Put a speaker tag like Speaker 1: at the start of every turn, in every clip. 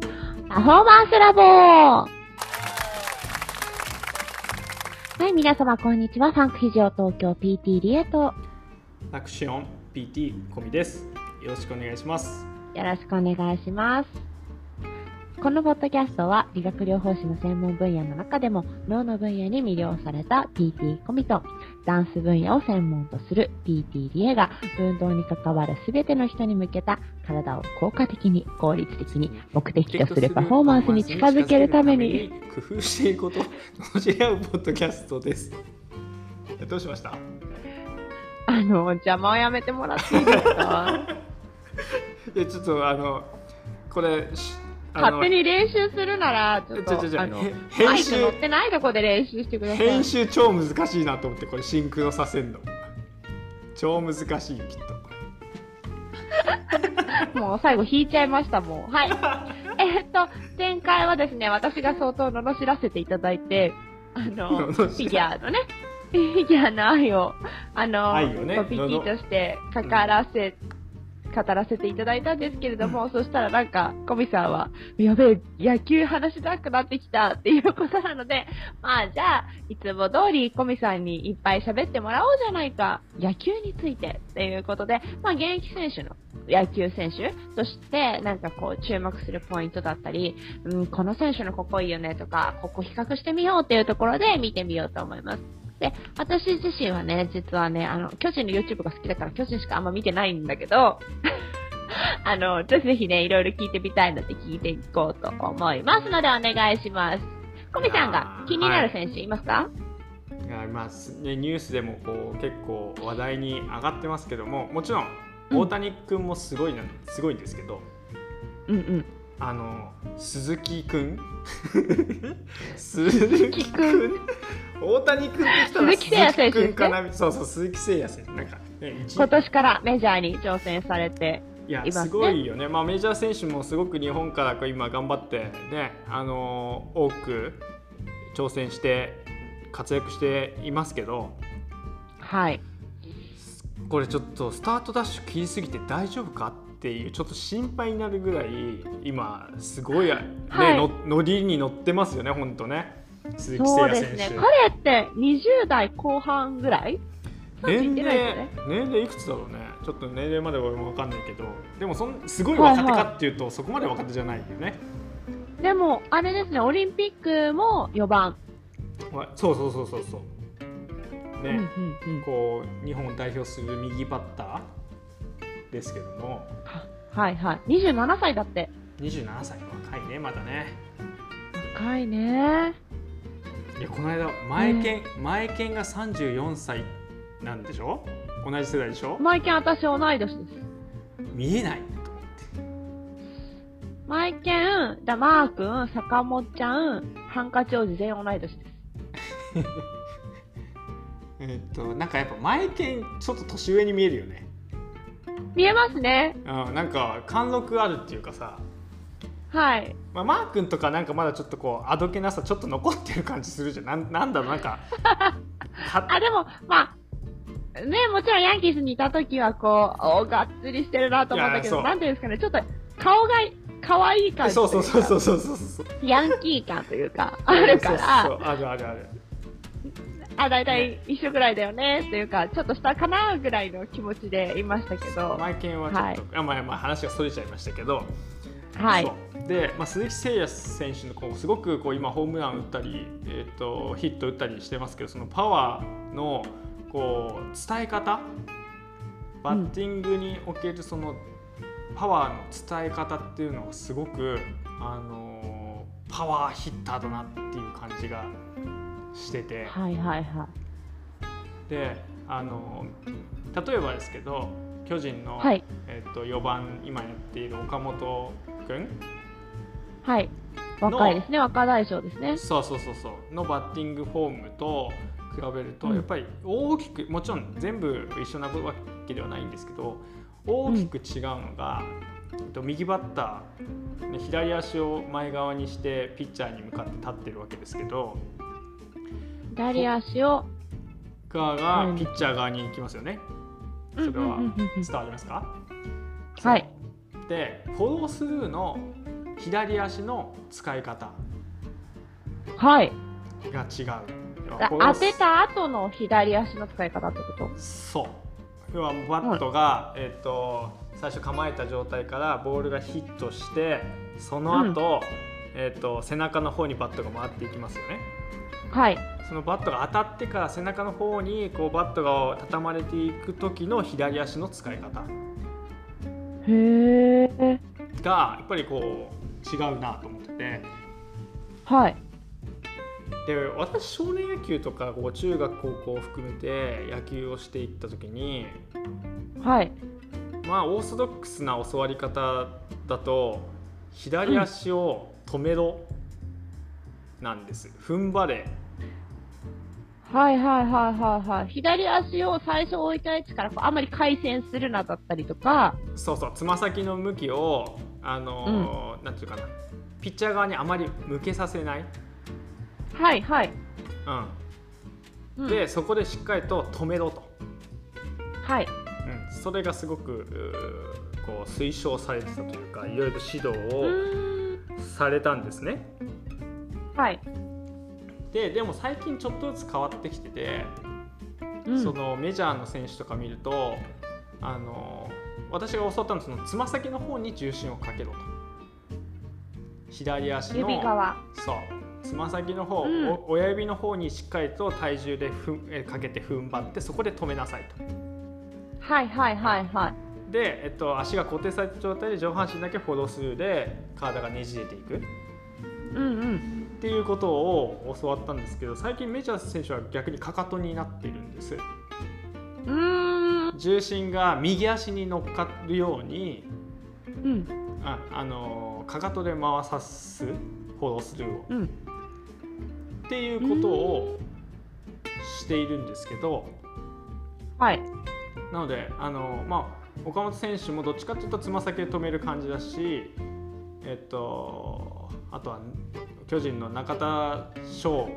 Speaker 1: フォーマンスラボはい、皆様こんにちは。サンク非常東京 PT リエと
Speaker 2: アクション PT コミです。よろしくお願いします。
Speaker 1: よろしくお願いします。このポッドキャストは理学療法士の専門分野の中でも脳の分野に魅了された PT コミとダンス分野を専門とする PT リエが運動に関わる全ての人に向けた体を効果的に効率的に目的とするパフォーマンスに近づけるために
Speaker 2: 工夫していくことをのじれ合うポッドキャストです。えどうしました
Speaker 1: あの邪魔をやめてもらっていいですか
Speaker 2: でちょっとあのこれしあの
Speaker 1: 勝手に練習するならちょっ
Speaker 2: ちょちょち
Speaker 1: と
Speaker 2: ょ
Speaker 1: あの
Speaker 2: へ
Speaker 1: マ
Speaker 2: 編
Speaker 1: イク乗っ
Speaker 2: 集
Speaker 1: てないとこで練習してください
Speaker 2: 編集超難しいなと思ってこれシンクロさせんの超難しいきっと
Speaker 1: もう最後引いちゃいましたもん。 はい。えーっと、前回はですね、私が相当罵らせていただいて、あ の、 フ
Speaker 2: 罵
Speaker 1: ィギュアのね、フィギュアの愛を、あの、
Speaker 2: 愛をね
Speaker 1: PT として語らせ、語らせていただいたんですけれども、そしたらなんか、コミさんは、やべえ、野球話しなくなってきたっていうことなので、まあじゃあ、いつも通りコミさんにいっぱい喋ってもらおうじゃないか、野球についてっていうことで、まあ現役選手の野球選手として、なんかこう注目するポイントだったり、うん、この選手のここいいよねとか、ここ比較してみようっていうところで見てみようと思います。で、私自身はね、実はね、あの、巨人の YouTube が好きだから巨人しかあんま見てないんだけど、 あの、ぜひぜひね、いろいろ聞いてみたいので聞いていこうと思いますのでお願いします。コミさんが気になる選手いますか
Speaker 2: いやまあすねニュースでもこう結構話題に上がってますけどももちろん
Speaker 1: うん
Speaker 2: 大谷君もすごいな、すごいんですけど
Speaker 1: うんうん。
Speaker 2: あの鈴木くん 鈴
Speaker 1: 木
Speaker 2: 木
Speaker 1: く
Speaker 2: く
Speaker 1: ん
Speaker 2: ん大谷くんってきたら
Speaker 1: 鈴木誠也選手
Speaker 2: 鈴木くんかなそうそう鈴木誠也選手なんか、ね、一
Speaker 1: 今年からメジャーに挑戦されて、
Speaker 2: いや
Speaker 1: いますね
Speaker 2: すごいよね、まあ、メジャー選手もすごく日本からこう今頑張って、ねあのー多く挑戦して活躍していますけど
Speaker 1: はい。
Speaker 2: これちょっとスタートダッシュ切りすぎて大丈夫かっていうちょっと心配になるぐらい今すごい、ね
Speaker 1: はい
Speaker 2: の乗りに乗ってますよね本当ね鈴木
Speaker 1: そう
Speaker 2: 誠
Speaker 1: です
Speaker 2: 也選
Speaker 1: ね
Speaker 2: 手、。
Speaker 1: 彼って20代後半ぐらい
Speaker 2: 年
Speaker 1: 30いってない
Speaker 2: 齢
Speaker 1: ですよね
Speaker 2: 年齢いくつだろうねちょっと年齢までは俺も分かんないけどでもそんすごい若手かっていうと、そこまで若手じゃないよね。
Speaker 1: でも、あれですね、オリンピックも4番。
Speaker 2: わそうそうそうそうそう
Speaker 1: う
Speaker 2: ね、
Speaker 1: んうんうん
Speaker 2: こう日本を代表する右バッターですけども
Speaker 1: はいはい。27歳だって。
Speaker 2: 27歳若いねまだね
Speaker 1: 若いね。
Speaker 2: いやこの間前健、前健が34歳なんでしょ同じ世代でしょ、
Speaker 1: マイケン、私同い年です。
Speaker 2: 見えない
Speaker 1: マイケン、ダマー君、坂本ちゃん、ハンカチ王子全員同い年です。
Speaker 2: えっとなんかやっぱ前健ちょっと年上に見えるよね
Speaker 1: 見えますね。
Speaker 2: うんなんか貫禄あるっていうかさ
Speaker 1: はい。
Speaker 2: まあ、マー君とかなんかまだちょっとこうあどけなさちょっと残ってる感じするじゃんなんなんだろうな んかか
Speaker 1: あ、でも、まあ、ね、もちろんヤンキースにいた時はこう、おがっつりしてるなと思ったけ
Speaker 2: いやそ
Speaker 1: ど、
Speaker 2: う
Speaker 1: なんていうんですかね、ちょっと顔が可愛い感じと
Speaker 2: そ
Speaker 1: いううか。
Speaker 2: そうそうそうそうそうそう
Speaker 1: ヤンキー感という か、あるから、
Speaker 2: そうそうそうあるあるある
Speaker 1: あ、だいたい一緒ぐらいだよねっていうか、ちょっと下かなぐらいの気持ちでいましたけど、
Speaker 2: マイケンはちょっと、あまあまあ話がそれちゃいましたけど、
Speaker 1: はい
Speaker 2: そ。うで、まあ、鈴木誠也選手のこうすごくこう今ホームラン打ったり、えっとヒット打ったりしてますけどそのパワーのこう伝え方バッティングにおけるそのパワーの伝え方っていうのがすごく、あのーパワーヒッターだなっていう感じがしてて。
Speaker 1: はいはいは
Speaker 2: であの例えばですけど巨人の、
Speaker 1: い。はい。
Speaker 2: えっと4番今やっている岡本君
Speaker 1: はい。若いですね、若大将ですね。
Speaker 2: そうそうそうそうのバッティングフォームと比べると、
Speaker 1: うん
Speaker 2: やっぱり大きくもちろん全部一緒なわけではないんですけど大きく違うのが、えっと右バッターね左足を前側にしてピッチャーに向かって立ってるわけですけど
Speaker 1: 左足を、
Speaker 2: 側が
Speaker 1: うん
Speaker 2: ピッチャー側に行きますよね。それ
Speaker 1: うんうんうん
Speaker 2: は
Speaker 1: うんうん
Speaker 2: 伝わりますか
Speaker 1: はい。
Speaker 2: そうでフォロースルーの左足の使い方
Speaker 1: はい。
Speaker 2: が違う
Speaker 1: あ
Speaker 2: これは
Speaker 1: 当てた後の左足の使い方ってこと
Speaker 2: そう要はバットが、えっと最初構えた状態からボールがヒットしてその後、えっと背中の方にバットが回っていきますよね
Speaker 1: はい。
Speaker 2: そのバットが当たってから背中の方にこうバットが畳まれていく時の左足の使い方
Speaker 1: へえ。
Speaker 2: がやっぱりこう違うなと思ってて
Speaker 1: はい。
Speaker 2: で私少年野球とかこう中学高校を含めて野球をしていった時に
Speaker 1: はい。
Speaker 2: まあオーソドックスな教わり方だと左足を止めろなんです、踏ん張れ
Speaker 1: はいはいはいはいはい。左足を最初置いた位置からこうあんまり回旋するなだったりとか。
Speaker 2: そうそうつま先の向きをあのーなんていうかなピッチャー側にあまり向けさせない、
Speaker 1: はいはい。う
Speaker 2: うん、
Speaker 1: ん
Speaker 2: でそこでしっかりと止めろと、
Speaker 1: はい。
Speaker 2: うん、それがすごくうーこう推奨されてたというかいろいろ指
Speaker 1: う
Speaker 2: 導を
Speaker 1: ーん。
Speaker 2: されたんですね
Speaker 1: はい。
Speaker 2: ででも最近ちょっとずつ変わってきてて
Speaker 1: うん
Speaker 2: そのメジャーの選手とか見るとあの私が教わったのはそのつま先の方に重心をかけろと左足の
Speaker 1: 指側。
Speaker 2: そうつま先の方、
Speaker 1: うん
Speaker 2: お親指の方にしっかりと体重でふんえかけて踏ん張ってそこで止めなさいと
Speaker 1: はいはいはいはい。
Speaker 2: で、えっと、足が固定された状態で上半身だけフォロースルーで体がねじれていくっ
Speaker 1: うんうん。
Speaker 2: ていうことを教わったんですけど最近メジャー選手は逆にかかとになっているんです
Speaker 1: うーん。
Speaker 2: 重心が右足に乗っかるように
Speaker 1: うん
Speaker 2: ああのかかとで回さすフォロースルーを
Speaker 1: うん。
Speaker 2: っていうことをしているんですけど
Speaker 1: はい。
Speaker 2: なのであの、まあ、岡本選手もどっちかっていうとつま先で止める感じだし、えっと、あとは巨人の中田翔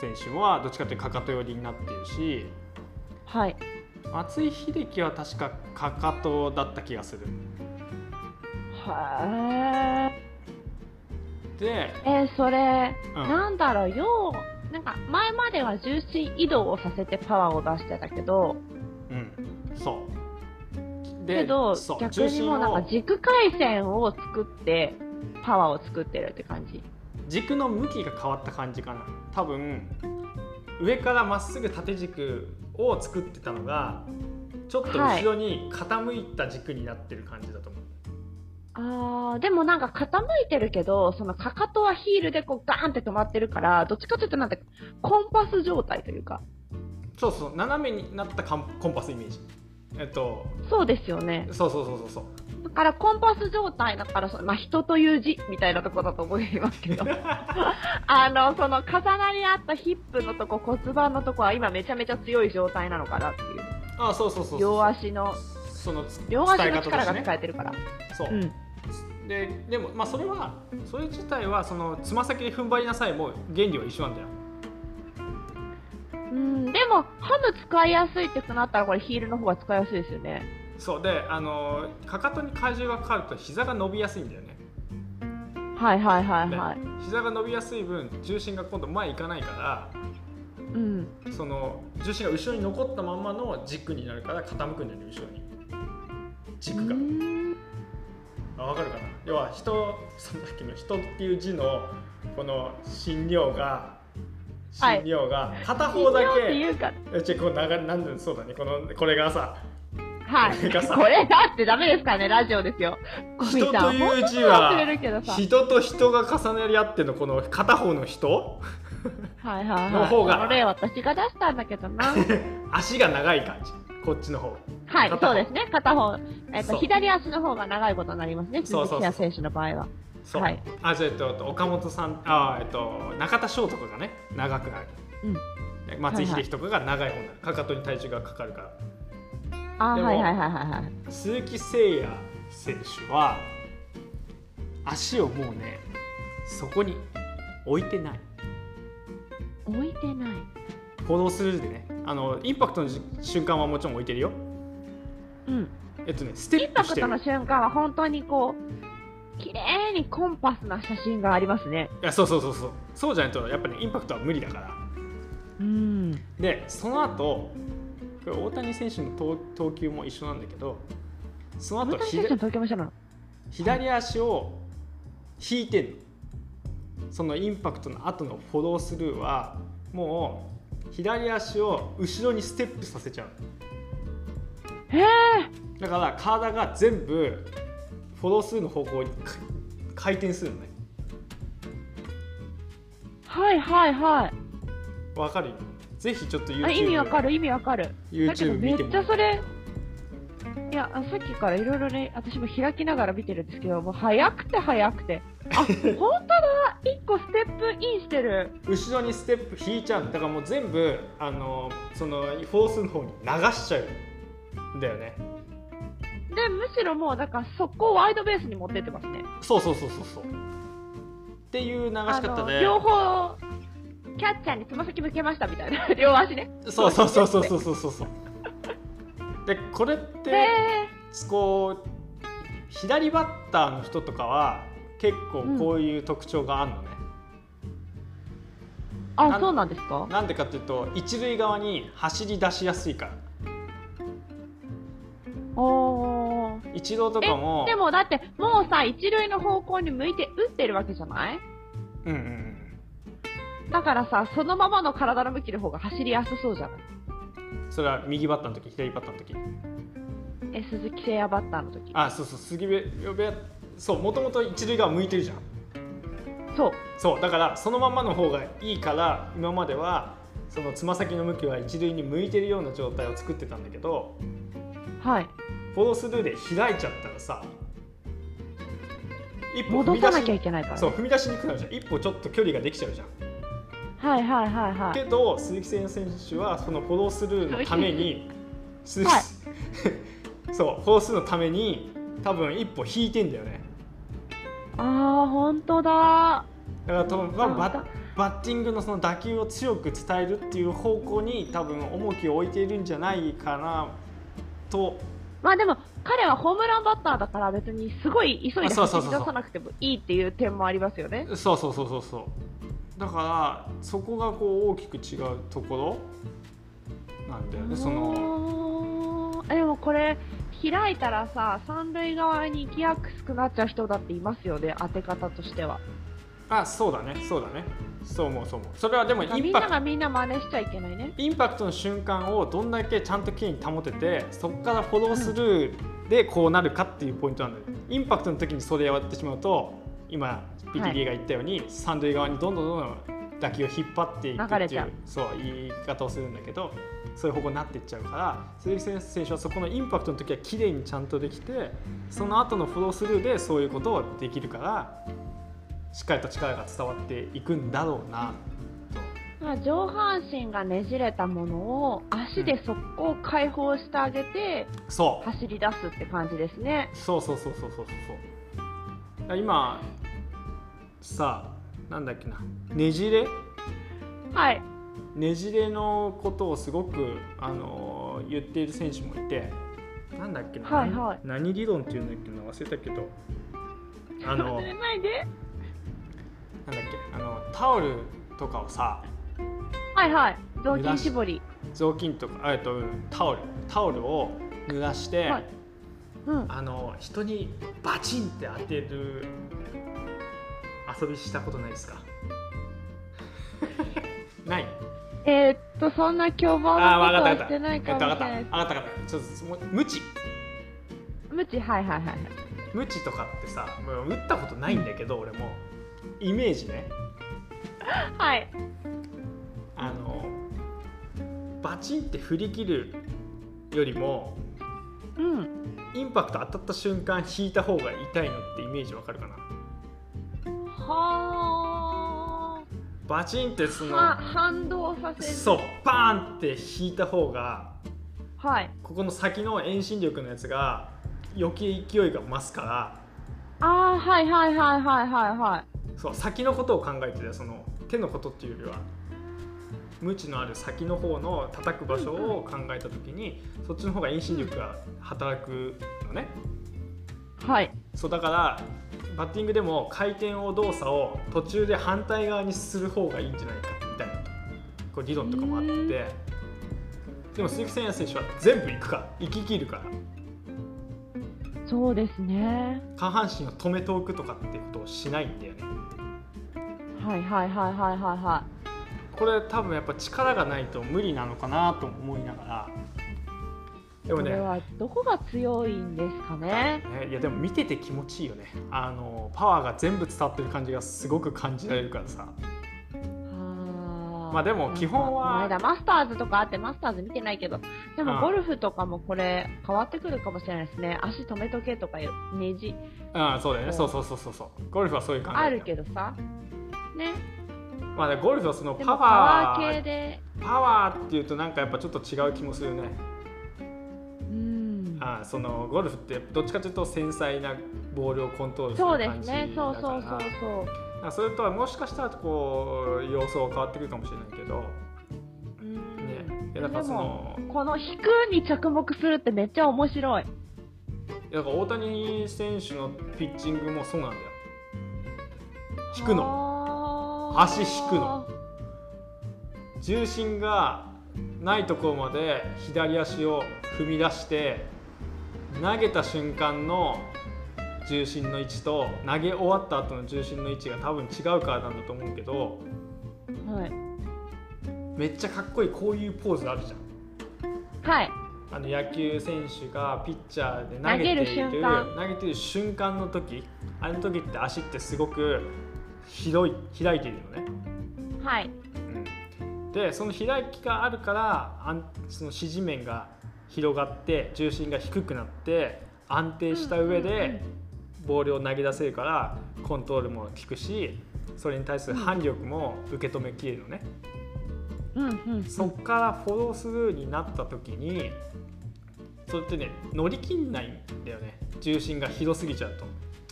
Speaker 2: 選手はどっちかっていうとかかと寄りになっているし
Speaker 1: はい。
Speaker 2: 松井秀喜は確かかかとだった気がする。
Speaker 1: は
Speaker 2: で、
Speaker 1: え。えーそれ、
Speaker 2: うん
Speaker 1: なんだろう、よう、なんか前までは重心移動をさせてパワーを出してたけど、
Speaker 2: うん、そう。で
Speaker 1: けど
Speaker 2: そう、
Speaker 1: 逆にもうなんか軸回線を作って、パワーを作ってるって感じ。
Speaker 2: 軸の向きが変わった感じかな多分上からまっすぐ縦軸を作ってたのがちょっと後ろに傾いた軸になってる感じだと思う、
Speaker 1: あーでもなんか傾いてるけど、そのかかとはヒールでこうガーンって止まってるから、どっちかというとなんてコンパス状態というか、
Speaker 2: そうそう斜めになったカンコンパスイメージえっと
Speaker 1: そうですよね。
Speaker 2: そうそうそうそうそう
Speaker 1: だからコンパス状態だから、そのまあ、人という字みたいなところだと思います けど、あの、その重なり合ったヒップのとこ、骨盤のとこは今めちゃめちゃ強い状態なのかなっていう。
Speaker 2: あそうそうそうそう
Speaker 1: 両足の、
Speaker 2: そのつ
Speaker 1: 両足の
Speaker 2: 伝え方
Speaker 1: 力
Speaker 2: だし
Speaker 1: が
Speaker 2: ね
Speaker 1: 使えてるから。
Speaker 2: そう、
Speaker 1: うん。
Speaker 2: ででもまあそれはそれ自体はそのつま先で踏ん張りなさいも原理は一緒なんだよ
Speaker 1: うん、でも、ハム使いやすいってなったら、これヒールの方が使いやすいですよね。
Speaker 2: そうであのかかとに体重がかかると膝が伸びやすいんだよね
Speaker 1: はいはいはい
Speaker 2: ね
Speaker 1: はい。
Speaker 2: 膝が伸びやすい分重心が今度前行かないか
Speaker 1: うん。
Speaker 2: らその重心が後ろに残ったまんまの軸になるから傾くんだよね後ろに軸が
Speaker 1: うん
Speaker 2: あ分かるかな要は人その時の人っていう字のこの心量が
Speaker 1: はい
Speaker 2: 心量が片方だけ、
Speaker 1: っていうか、
Speaker 2: えちょこう流れなんだそうだねこのこれがさ
Speaker 1: はい。
Speaker 2: これがさ
Speaker 1: これだってダメですからね、ラジオですよ。ゴミ
Speaker 2: 人
Speaker 1: さ
Speaker 2: と
Speaker 1: ん、
Speaker 2: いう字
Speaker 1: 忘
Speaker 2: は
Speaker 1: れるけどさ。
Speaker 2: 人と人が重なり合ってのこの片方の人
Speaker 1: はいはいはい。
Speaker 2: の方が
Speaker 1: これ私が出したんだけど な。
Speaker 2: 足が長い感じこっちの方
Speaker 1: はい、
Speaker 2: 片
Speaker 1: そ
Speaker 2: 方
Speaker 1: うですね。片方、えっ
Speaker 2: そ
Speaker 1: と
Speaker 2: う
Speaker 1: 左足の方が長いことになりますね。
Speaker 2: そう
Speaker 1: 鈴
Speaker 2: そうそう
Speaker 1: 木選手の場合は。
Speaker 2: そう、
Speaker 1: はい
Speaker 2: あじゃあえっとえっと岡本さんあえっと中田翔とかがね長くなる、松井秀喜とかが長い方になるかかとに体重がかかるか
Speaker 1: あ
Speaker 2: で
Speaker 1: ー
Speaker 2: も
Speaker 1: はいはいはいはいはい。
Speaker 2: ら鈴木誠也選手は足をもうねそこに置いてない
Speaker 1: 置いてない。
Speaker 2: フォロースルーでねあのインパクトのじ瞬間はもちろん置いてるよ
Speaker 1: うん。
Speaker 2: えっとねステ
Speaker 1: イ
Speaker 2: ッ
Speaker 1: ン
Speaker 2: プ
Speaker 1: パ
Speaker 2: し
Speaker 1: ク
Speaker 2: て
Speaker 1: ト
Speaker 2: る
Speaker 1: の瞬間は本当にこう、綺麗にコンパスな写真がありますね。
Speaker 2: いやそうそうそうそうそうじゃないとやっぱり、ね、インパクトは無理だから
Speaker 1: うん。
Speaker 2: でその後これ大谷選手の投投球も一緒なんだけどその
Speaker 1: 大
Speaker 2: 後
Speaker 1: 谷選手の東京も一緒なの。
Speaker 2: 左足を引いてんのそのインパクトの後のフォロースルーはもう左足を後ろにステップさせちゃう
Speaker 1: へえ。
Speaker 2: だから体が全部フォロースルーの方向にか回転するのね
Speaker 1: はいはいはい。
Speaker 2: わかるよぜひちょっと
Speaker 1: あ意味わか
Speaker 2: YouTube,
Speaker 1: る意味わかる。だけど
Speaker 2: YouTube
Speaker 1: め
Speaker 2: 見
Speaker 1: って
Speaker 2: も
Speaker 1: ち
Speaker 2: ら
Speaker 1: ゃ
Speaker 2: う
Speaker 1: それ。いや、あさっきからいろいろね、私も開きながら見てるんですけど、もう早くて早くて。 あ、本当だ一個ステップインしてる。
Speaker 2: 後ろにステップ引いちゃうだからもう全部あのそのフォースの方に流しちゃうんだよね
Speaker 1: で、むしろもう、だから速攻ワイドベースに持ってってますね。
Speaker 2: そうそうそうそうそうっていう流し
Speaker 1: あ
Speaker 2: 方
Speaker 1: の
Speaker 2: で
Speaker 1: 両方、キャッチャーにつま先向けましたみたいな。両足ね。
Speaker 2: そうそうそうそうそうそうそうそうでこれって、
Speaker 1: へえ。
Speaker 2: こう左バッターの人とかは結構こういう特徴があるのね、な
Speaker 1: あ、
Speaker 2: ん
Speaker 1: そうなんですか
Speaker 2: なんでかっていうと一塁側に走り出しやすいから
Speaker 1: おー。
Speaker 2: 一郎とかも
Speaker 1: でもだって、もうさ、一塁の方向に向いて打ってるわけじゃない
Speaker 2: うんうんうん
Speaker 1: だからさ、そのままの体の向きの方が走りやすそうじゃない
Speaker 2: それは右バッターの時左バッターの時
Speaker 1: え、鈴木誠也バッターの時。
Speaker 2: あそうそう杉部部そうもともと一塁側向いてるじゃん
Speaker 1: そう。
Speaker 2: そうだからそのままの方がいいから今まではそのつま先の向きは一塁に向いてるような状態を作ってたんだけど
Speaker 1: はい。
Speaker 2: フォロースルーで開いちゃったらさ一歩
Speaker 1: 戻
Speaker 2: 踏み出
Speaker 1: さ
Speaker 2: し
Speaker 1: なきゃいけないから、
Speaker 2: そう
Speaker 1: ね。
Speaker 2: 踏み出しにくくなるじゃん一歩ちょっと距離ができちゃうじゃん、
Speaker 1: はいはいはいはい。
Speaker 2: けど鈴木選手はそのフォロースルーのため に鈴木 そうフォロースルーのために多分一歩引いてんだよね
Speaker 1: あー、ほんとだ
Speaker 2: だから多分まあバ
Speaker 1: そう
Speaker 2: ッバッティングのその打球を強く伝えるっていう方向に多分重きを置いているんじゃないかなと
Speaker 1: まあでも、彼はホームランバッターだから別にすごい急いで走り出さなくてもいいっていう点もありますよね。
Speaker 2: そうそうそうそうそうだからそこがこう大きく違うところなんだよねその
Speaker 1: あーでもこれ、開いたらさ、三塁側に行きやすくなっちゃう人だっていますよね、当て方としては。
Speaker 2: あそうだねそうだねそう思うそう思うそれはでもイ
Speaker 1: み
Speaker 2: ン
Speaker 1: ん
Speaker 2: パ
Speaker 1: な
Speaker 2: クト
Speaker 1: がみんな真似しちゃいけないね。
Speaker 2: インパクトの瞬間をどんだけちゃんときれいに保ててそこからフォロースルーでこうなるかっていうポイントなんだよインパクトの時にそれをやってしまうと今 PTD が言ったように、三塁側にどんどんどんどん打球を引っ張っていくって
Speaker 1: 流れ
Speaker 2: い
Speaker 1: ちゃ
Speaker 2: う
Speaker 1: う
Speaker 2: そう言い方をするんだけどそういう方向になっていっちゃうから鈴木選手はそこのインパクトの時はきれいにちゃんとできてその後のフォロースルーでそういうことをできるからしっかりと力が伝わっていくんだろうなと。
Speaker 1: まあ上半身がねじれたものを足で速攻解放してあげて
Speaker 2: そう
Speaker 1: 走り出すって感じですね。
Speaker 2: そうそうそうそうそうそうそうだ今さあなんだっけなねじれ
Speaker 1: はい。
Speaker 2: ねじれのことをすごく、あのー言っている選手もいてなんだっけな、
Speaker 1: はいはい
Speaker 2: 何何理論っていうんだっけな忘れたけどあ の
Speaker 1: 忘れないで。
Speaker 2: なんだっけあのタオルとかをさ
Speaker 1: はいはい。雑巾絞り。
Speaker 2: 雑巾とかあえっとタオルタオルを濡らして、
Speaker 1: はいうん。
Speaker 2: あの人にバチンって当てる遊びしたことないですか ない
Speaker 1: えー、っとそんな凶暴
Speaker 2: ああ
Speaker 1: な
Speaker 2: 分
Speaker 1: こと
Speaker 2: かっ
Speaker 1: はしてない
Speaker 2: た分かった
Speaker 1: か
Speaker 2: 分
Speaker 1: もしれ
Speaker 2: かっ
Speaker 1: ない
Speaker 2: た分。かった分かったちょっともう無知
Speaker 1: 無知はいはいはい。
Speaker 2: 無知とかってさもう打ったことないんだけど俺もイメージね
Speaker 1: はい。
Speaker 2: あのバチンって振り切るよりも
Speaker 1: うん。
Speaker 2: インパクト当たった瞬間引いた方が痛いのってイメージわかるかな
Speaker 1: は
Speaker 2: バチンってそ
Speaker 1: ー。
Speaker 2: の
Speaker 1: は反動させる。
Speaker 2: そうバーンって引いた方が
Speaker 1: はい。
Speaker 2: ここの先の遠心力のやつが余計勢いが増すから
Speaker 1: ああーはいはいはいはいはいはい。
Speaker 2: そう先のことを考えててその手のことっていうよりは無知のある先の方の叩く場所を考えた時にそっちの方が遠心力が働くのね
Speaker 1: はい。
Speaker 2: そうだからバッティングでも回転を動作を途中で反対側にする方がいいんじゃないかみたいなこう理論とかもあって
Speaker 1: う
Speaker 2: でも鈴木誠也選手は全部行くから行ききるから
Speaker 1: そうですね。
Speaker 2: 下半身を止めておくとかっていうことをしないんだよね
Speaker 1: はいはいはいはいはいは
Speaker 2: これ多分やっぱ力がないと無理なのかなと思いながらで
Speaker 1: い。
Speaker 2: も
Speaker 1: こ
Speaker 2: ね
Speaker 1: れはどこが強いんですかね。
Speaker 2: ねいやでも見てて気持ちいいよねあのパワーが全部伝わってる感じがすごく感じられるからさ
Speaker 1: ま
Speaker 2: まあでも基本は
Speaker 1: この間マスターズとかあってマスターズ見てないけどで
Speaker 2: うん
Speaker 1: もゴルフとかもこれ変わってくるかもしれないですね足止めとけとかいうネジ
Speaker 2: うんそうだよね
Speaker 1: うん
Speaker 2: そうそうそうそうそうゴルフはそういう感じ
Speaker 1: あるけどさね
Speaker 2: まあねゴルフはその
Speaker 1: で
Speaker 2: パ
Speaker 1: もパ
Speaker 2: ワ
Speaker 1: ワ
Speaker 2: ー
Speaker 1: ー系で
Speaker 2: パワーっていうとなんかやっぱちょっと違う気もするよね
Speaker 1: うん
Speaker 2: あーそのゴルフってどっちかというと繊細なボールをコントロールす
Speaker 1: そう
Speaker 2: る
Speaker 1: で
Speaker 2: 感
Speaker 1: す
Speaker 2: じ
Speaker 1: ねそうそうそう
Speaker 2: だ
Speaker 1: そ
Speaker 2: からそれとはもしかしたらこう様相は変わってくるかもしれないけど、
Speaker 1: ううん
Speaker 2: ね、い
Speaker 1: で
Speaker 2: やだからそ
Speaker 1: も
Speaker 2: の
Speaker 1: この引くに着目するってめっちゃ面白い
Speaker 2: いやだから大谷選手のピッチングもそうなんだよ引くの
Speaker 1: の
Speaker 2: 足引くの重心がないところまで左足を踏み出して投げた瞬間の重心の位置と投げ終わった後の重心の位置が多分違うからなんだと思うけど
Speaker 1: はい
Speaker 2: めっちゃかっこいいこういうポーズあるじゃん
Speaker 1: はい
Speaker 2: あの野球選手がピッチャーで投げてい
Speaker 1: 投げる瞬
Speaker 2: る
Speaker 1: 間
Speaker 2: 投げてる瞬間の時あの時って足ってすごく広い開いているのね
Speaker 1: はい
Speaker 2: でその開きがあるからあんその支持面が広がって重心が低くなって安定した上
Speaker 1: うんうん
Speaker 2: でボールを投げ出せるからコントロールも効くしそれに対する反力も受け止めきれるのね、
Speaker 1: うんうん
Speaker 2: そっからフォロースルーになった時にそれってね乗り切んないんだよね重心が広すぎちゃうと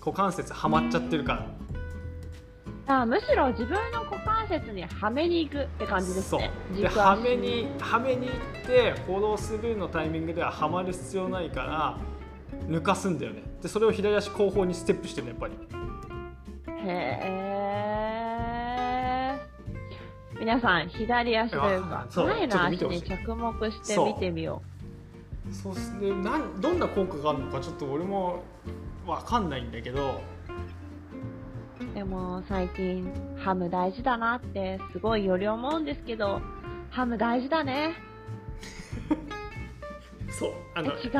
Speaker 2: 股関節はまっちゃってるから。
Speaker 1: あむしろ自分の股関節にはめに行くって感じですね
Speaker 2: そうで
Speaker 1: 軸足
Speaker 2: はめにはめに行ってフォロースルーのタイミングでははまる必要ないから抜かすんだよねでそれを左足後方にステップしてるのやっぱり
Speaker 1: へえ皆さん左足という
Speaker 2: あ
Speaker 1: か
Speaker 2: そう
Speaker 1: 前の足
Speaker 2: ちょっと見
Speaker 1: に
Speaker 2: てほ
Speaker 1: 着目して
Speaker 2: そう
Speaker 1: 見てみよ
Speaker 2: そうすでなんどんな効果があるのかちょっと俺も分かんないんだけど
Speaker 1: うでも最近ハム大事だなってすごいより思うんですけどハム大事だね
Speaker 2: そうあ
Speaker 1: え
Speaker 2: の
Speaker 1: 違う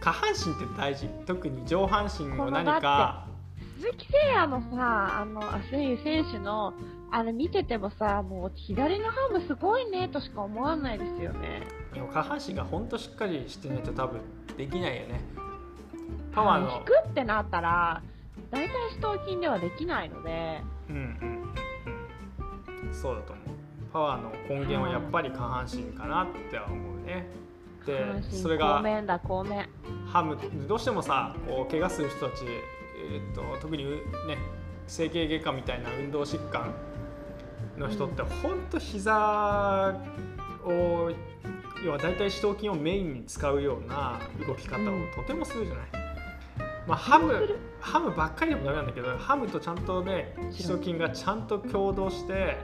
Speaker 2: 下半身って大事特に上半身
Speaker 1: こ
Speaker 2: を
Speaker 1: の
Speaker 2: 何か
Speaker 1: 鈴木誠也のさあのあ選手選手のあれ見ててもさもう左のハムすごいねとしか思わないですよね
Speaker 2: いや下半身がほんとしっかりしてないと多分できないよねパワー
Speaker 1: あ
Speaker 2: の
Speaker 1: 引くってなったら大体四頭筋ではできないので
Speaker 2: うんうんうんうんそうだと思うパワーの根源はやっぱり下半身かなっては思うねで
Speaker 1: 下半身
Speaker 2: それ
Speaker 1: 後
Speaker 2: が
Speaker 1: 面だ後面
Speaker 2: ハムどうしてもさこう怪我する人たち、えー、と特にうね整形外科みたいな運動疾患の人ってほんと膝を要は大体四頭筋をメインに使うような動き方を
Speaker 1: うん
Speaker 2: とてもするじゃない、まあ、ハムハムばっかりでもダメなんだけどハムとちゃんとね
Speaker 1: ち
Speaker 2: 四
Speaker 1: ろ
Speaker 2: 頭
Speaker 1: ん
Speaker 2: 筋がちゃんと共同して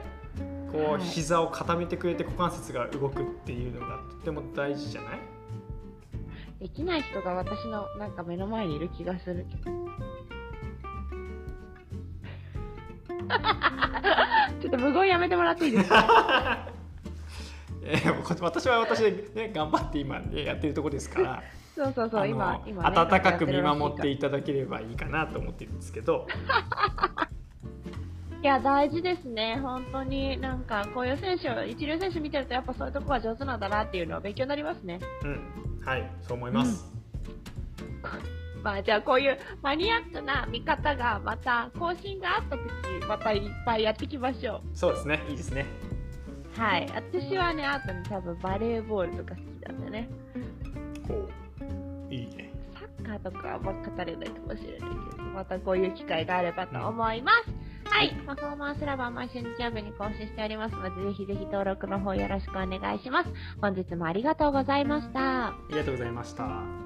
Speaker 2: こ
Speaker 1: はいう
Speaker 2: 膝を固めてくれて股関節が動くっていうのがとても大事じゃない
Speaker 1: できない人が私のなんか目の前にいる気がする ちょっと無言やめてもらっていいですか
Speaker 2: えーこ 私は私で、ね、頑張って今、ね、やってるとこですから
Speaker 1: そうそう
Speaker 2: あ
Speaker 1: そう
Speaker 2: の
Speaker 1: 今今、ね、
Speaker 2: 温かく見守って
Speaker 1: い
Speaker 2: いただければいいかなと思ってるんですけど
Speaker 1: や大事ですね本当になんかこういう選手を一流選手見てるとやっぱそういうとこが上手なんだなっていうのは勉強になりますね
Speaker 2: うんはいそう思います、
Speaker 1: まあじゃあこういうマニアックな見方がまた更新があった時またいっぱいやっていきましょ
Speaker 2: そうですねいいですね
Speaker 1: うはい私はねあとに多分バレーボールとか好きなんでね
Speaker 2: こういいね
Speaker 1: サッカーとかは語れないかもしれないけどまたこういう機会があればと思います、はいパフォーマンスラバー毎週日曜日に更新しておりますのでぜひぜひ登録の方よろしくお願いします本日もありがとうございました
Speaker 2: ありがとうございました